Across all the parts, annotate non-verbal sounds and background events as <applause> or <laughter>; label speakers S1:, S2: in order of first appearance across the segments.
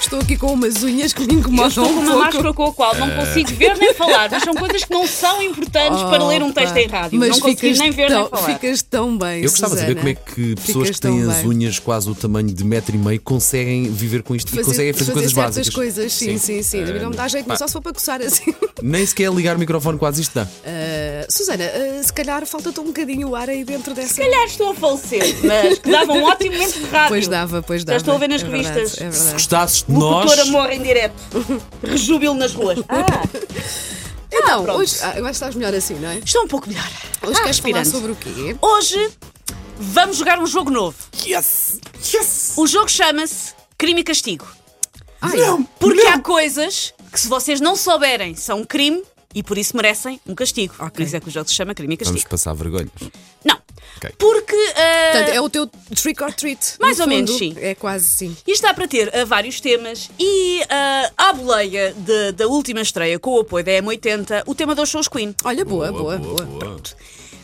S1: Estou aqui com umas unhas que me incomodam
S2: Eu estou com
S1: um
S2: uma
S1: pouco.
S2: máscara com a qual não consigo ver nem falar, mas são coisas que não são importantes para ler um texto
S1: Opa,
S2: em rádio.
S1: Mas
S2: não consegui
S1: ficas
S2: nem ver
S1: tão,
S2: nem falar.
S1: Ficas tão bem,
S3: Eu gostava de ver
S1: Susana.
S3: como é que pessoas
S1: Ficas
S3: que têm
S1: né? tão
S3: as
S1: bem.
S3: unhas quase o tamanho de metro e meio conseguem viver com isto e conseguem fazer, coisas
S1: certas
S3: básicas.
S1: coisas, sim, sim, sim.
S3: Ah,
S1: Não me dá jeito, mas
S3: pá,
S1: só se for para coçar
S3: <laughs>
S1: assim.
S3: Nem sequer ligar o microfone quase isto dá.
S1: Ah, Susana, ah, se calhar falta-te um bocadinho o ar aí dentro dessa.
S2: Se calhar estou a falecer, mas que dava um ótimo momento de rádio.
S1: Pois dava, pois dava.
S2: Já estou a ver nas
S1: É verdade,
S2: revistas.
S1: é
S3: Se
S1: verdade.
S3: gostasses de nós.
S2: Locutor amor em direto. Rejúbilo nas ruas. Ah,
S1: Então,
S2: pronto.
S1: hoje, ah, eu acho que estás melhor assim, não é? Hoje
S2: estou um pouco melhor. Ah,
S1: queres falar
S2: respirante.
S1: sobre o quê?
S2: Hoje vamos jogar um jogo novo.
S3: Yes! Yes!
S2: O jogo chama-se Crime e Castigo.
S1: Ai,
S2: Porque há coisas que, se vocês não souberem, são um crime e por isso merecem um castigo. Por isso é que o jogo se chama Crime e Castigo.
S3: Vamos passar vergonhas.
S2: Não.
S3: Ok.
S2: Porque ah,
S1: Portanto, é o teu trick or treat.
S2: Mais
S1: no
S2: ou menos,
S1: fundo.
S2: sim.
S1: É quase sim.
S2: isto dá para ter ah, vários temas e ah, à boleia de- da última estreia com o apoio da M80, o tema dos shows Queen.
S1: Olha, boa, boa, boa.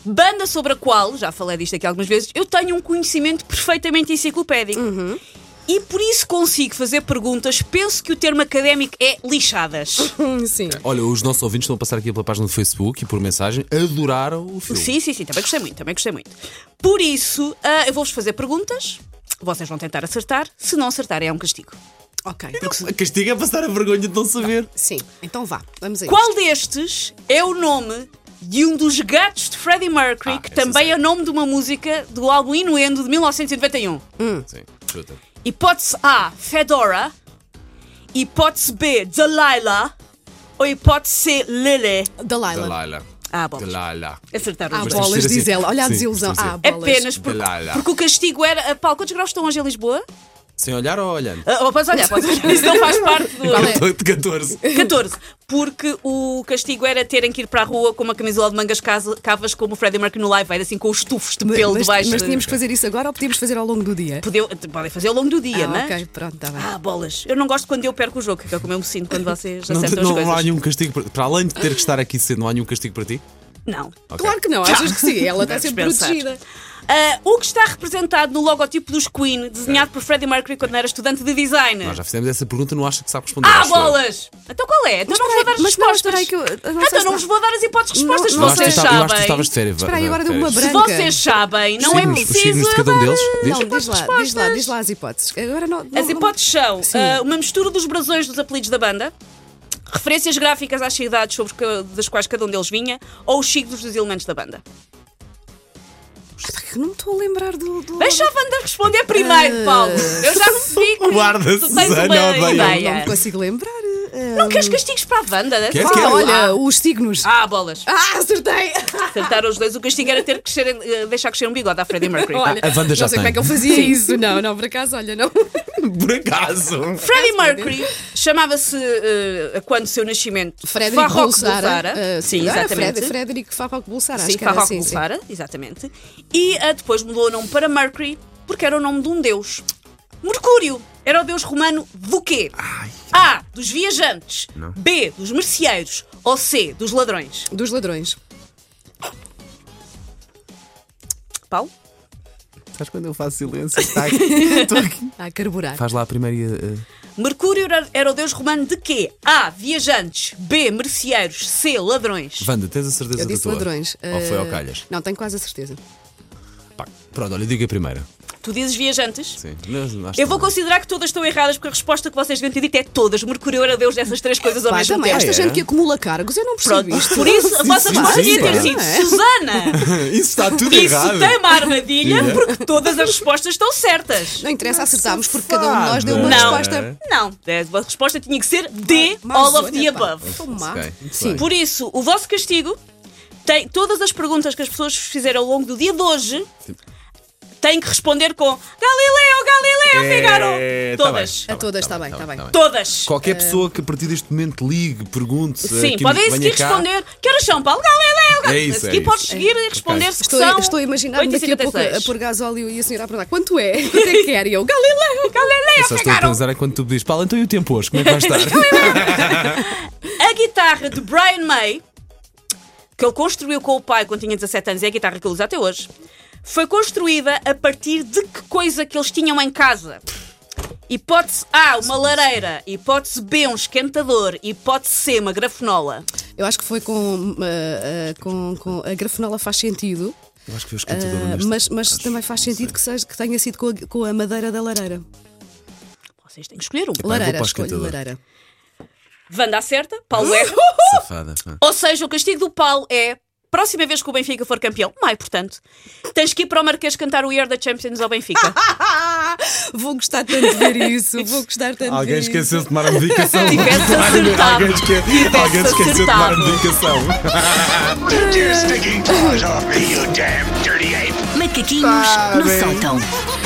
S2: Banda sobre a qual, já falei disto aqui algumas vezes, eu tenho um conhecimento perfeitamente enciclopédico. E por isso consigo fazer perguntas. Penso que o termo académico é lixadas.
S1: Hum, Sim.
S3: Olha, os nossos ouvintes estão a passar aqui pela página do Facebook e por mensagem adoraram o filme. <laughs>
S2: Sim, sim, sim, também gostei muito, também gostei muito. Por isso, ah, eu vou-vos fazer perguntas. Vocês vão tentar acertar. Se não acertarem, é um castigo.
S1: Ok.
S3: A castiga é passar a vergonha de não saber.
S1: Sim. Então vá, vamos aí.
S2: Qual destes é o nome de um dos gatos de Freddie Mercury,
S3: Ah,
S2: que
S3: essa
S2: também
S3: sei.
S2: é nome de uma música do álbum Inuendo de 1991?
S3: Sim, chuta.
S2: Hipótese A, Fedora. Hipótese B, Delilah. Ou hipótese C, Lele.
S1: Dalila.
S3: Dalala.
S2: Ah, bom.
S3: Dalala.
S2: Acertaram
S1: Há
S2: os
S3: Mas
S2: dois.
S3: temos
S1: bolas,
S3: de ser
S1: diz
S3: assim.
S1: ela. Olha a
S3: Sim,
S1: desilusão.
S3: temos de ser.
S1: Há bolas.
S2: Apenas porque,
S3: Delilah.
S2: porque o castigo era. Paulo, quantos graus estão hoje em Lisboa?
S3: Sem olhar ou olhando?
S2: Ah, oh, <laughs> podes olhar, podes olhar. Isso não faz parte do.
S1: Qual é?
S3: Estou de 14.
S2: 14. Porque o castigo era terem que ir para a rua com uma camisola de mangas casa- cavas como o Freddie Mercury no Live Aid, assim com os tufos de pelo
S1: mas,
S2: debaixo.
S1: mas tínhamos que fazer isso agora ou podíamos fazer ao longo do dia?
S2: Podeu- podem fazer ao longo do dia,
S1: ah,
S2: né?
S1: Ok, pronto, está bem.
S2: Ah, bolas. Eu não gosto quando eu perco o jogo, que é como eu me sinto quando vocês
S3: Não,
S2: acertam
S3: não
S2: as coisas.
S3: há nenhum castigo para, para além de ter que estar aqui cedo, não há nenhum castigo para ti?
S2: Não.
S3: Ok.
S1: Claro que não, achas que
S2: <laughs>
S1: sim, ela está
S2: Deves
S1: sempre
S2: pensar.
S1: protegida.
S2: Ah, o que está representado no logotipo dos Queen, desenhado por Freddie Mercury quando era estudante de design?
S3: É. Nós já fizemos essa pergunta, não acha que sabe responder?
S2: Ah,
S3: acho eu.
S2: bolas! Então qual é? Então não vos vou dar as
S1: mas não, mas
S2: respostas.
S1: espera aí que eu- não sei
S2: então
S1: se
S2: não
S1: não-
S2: vos vou dar as hipóteses de
S1: Não-
S2: respostas.
S3: Eu acho, que
S2: Vocês
S3: tu estava- eu acho que tu
S2: sabem.
S3: estavas de férias.
S1: Espera aí, agora deu uma
S3: férias.
S2: Se
S1: branca.
S2: vocês sabem, não é
S3: signos, os signos
S2: preciso
S3: de cada um deles?
S2: é
S1: Não, diz
S3: Diz.
S1: lá, diz lá,
S2: respostas.
S1: diz lá as hipóteses. Agora não, não-
S2: As hipóteses são
S1: Sim.
S2: Assim ah, uma mistura dos brasões dos apelidos da banda, referências gráficas às cidades sobre que- das quais cada um deles vinha, ou os signos dos elementos da banda.
S1: Não, não me estou a lembrar do. do-
S2: Deixa a banda responder
S1: Ah.
S2: primeiro, Paulo. Eu
S1: <laughs>
S2: já percebi que
S3: Guarda,
S2: tu tens
S3: Susana,
S2: uma
S3: odeia.
S1: Não me
S2: ideia.
S1: consigo lembrar. eh,
S2: é. Não queres castigos para a banda? né?
S3: Quer,
S1: ah,
S3: quer.
S1: olha, os signos.
S2: Ah, bolas.
S1: Ah, acertei!
S2: Acertaram os dois. O castigo era ter que crescer, eh, deixar crescer um bigode
S1: <laughs>
S2: à Freddie Mercury.
S1: Olha,
S3: a Wanda já
S1: não sei
S3: tem.
S1: como é que eu fazia isso. Não, não, por acaso, olha, não.
S3: <laughs> Por acaso.
S2: Freddie Mercury chamava-se, eh, a quando seu nascimento,
S1: Frederico
S2: Farroco
S1: Bulsara.
S2: Bulsara.
S1: ah,
S2: Sim,
S1: era
S2: exatamente.
S1: Fred- Frederico Farroco Bulsara, acho
S2: Sim,
S1: que era
S2: Farroco
S1: assim, sim.
S2: Bulsara, exatamente. E ah, depois mudou o nome para Mercury, porque era o nome de um deus. Mercúrio era o deus romano do quê? A. Dos viajantes. B. Dos merceeiros. Ou C. Dos ladrões.
S1: Dos ladrões.
S2: Paulo?
S3: Sabes quando eu faço silêncio? Está aqui. Estou aqui.
S1: A carburar.
S3: Faz lá a primeira. eh,
S2: Mercúrio era, era o deus romano de quê? A. Viajantes. B. Merceeiros. C. Ladrões.
S3: Wanda, tens a certeza
S1: Eu
S3: da
S1: disse
S3: tua?
S1: ladrões.
S3: Ou foi
S1: ah,
S3: ao calhas?
S1: Não, tenho quase a certeza.
S3: Pá, Pronto, olha, diga a primeira.
S2: Tu dizes viajantes?
S3: Sim. Não, acho
S2: Eu vou
S3: que não.
S2: considerar que todas estão erradas, porque a resposta que vocês devem ter dito é todas. Mercúrio era o deus dessas três coisas ao
S1: Pá,
S2: mesmo
S1: também,
S2: tempo.
S1: esta
S3: É.
S1: gente que acumula cargos, eu não percebo
S2: Pronto,
S1: isto.
S2: por isso a vossa
S3: sim,
S2: resposta
S3: sim,
S2: devia ter
S3: pá.
S2: sido
S1: É.
S2: Susana!
S3: <laughs> Isso está tudo
S2: Isso
S3: errado.
S2: tem uma armadilha
S3: Yeah.
S2: porque todas as respostas estão certas.
S1: Não interessa, acertámos porque cada um de nós deu uma
S3: Não. é?
S1: resposta.
S2: Não, a resposta tinha que ser D, all of the
S1: Olha, pá,
S2: above.
S1: tão má.
S3: Ok, muito
S1: Sim.
S3: bem.
S2: Por isso, o vosso castigo tem todas as perguntas que as pessoas fizeram ao longo do dia de hoje. Têm que responder com Galileu, Galileu, ficaram!
S3: É, tá
S2: Todas.
S3: bem,
S1: A todas, tá bem, tá bem.
S2: Todas.
S3: Qualquer pessoa que a partir deste momento ligue, pergunte. eh,
S2: Sim,
S3: que
S2: podem
S3: venha
S2: seguir
S3: cá.
S2: responder. Que horas são, Paulo? Galileu, Galileu.
S3: É isso,
S2: a
S3: é
S2: seguir
S3: isso.
S2: podes seguir e responder se
S1: Estou,
S2: são.
S1: estou a imaginar daqui a pouco eh, a
S2: 8h56.
S1: pôr gasóleo e a senhora a perguntar quanto é? <laughs> Quanto é que era? E eu, Galileu!
S3: Eu
S2: Galileu,
S3: só estou a
S2: pegaram!
S3: pensar é quando tu me dizes, Paulo, então e o tempo hoje? Como é que
S2: <laughs>
S3: vai estar?
S2: A guitarra de Brian May, que ele construiu com o pai quando tinha 17 anos, é a guitarra que ele usa até hoje, foi construída a partir de que coisa que eles tinham em casa? Hipótese A, uma lareira. Hipótese B, um esquentador. Hipótese C, uma grafenola.
S1: Eu acho que foi com, ah, ah, com, com- a grafenola faz sentido,
S3: Eu acho que foi o
S1: ah,
S3: esquentador. neste-
S1: mas, mas
S3: acho-
S1: também faz sentido que, seja, que tenha sido com a, com a madeira da lareira.
S2: Vocês têm que escolher uma.
S3: vou
S1: Lareira,
S3: para o
S1: escolho
S3: esquentador.
S1: lareira.
S2: Vanda acerta, Paulo erra.
S3: Safada. pá.
S2: Ou seja, o castigo do Paulo é próxima vez que o Benfica for campeão, maio, portanto, tens que ir para o Marquês cantar o Year da Champions ao Benfica.
S1: Vou gostar tanto de ver isso, vou gostar tanto
S3: Alguém
S1: de ver isso.
S3: esqueceu de tomar a
S1: <laughs>
S3: medicação.
S2: Tivesse acertado.
S3: Alguém, esque...
S2: Tivesse
S3: Alguém esqueceu de tomar a
S2: acertado.
S3: medicação.
S4: Take your stinking paws off me, you damn dirty ape!
S5: Macaquinhos no sótão.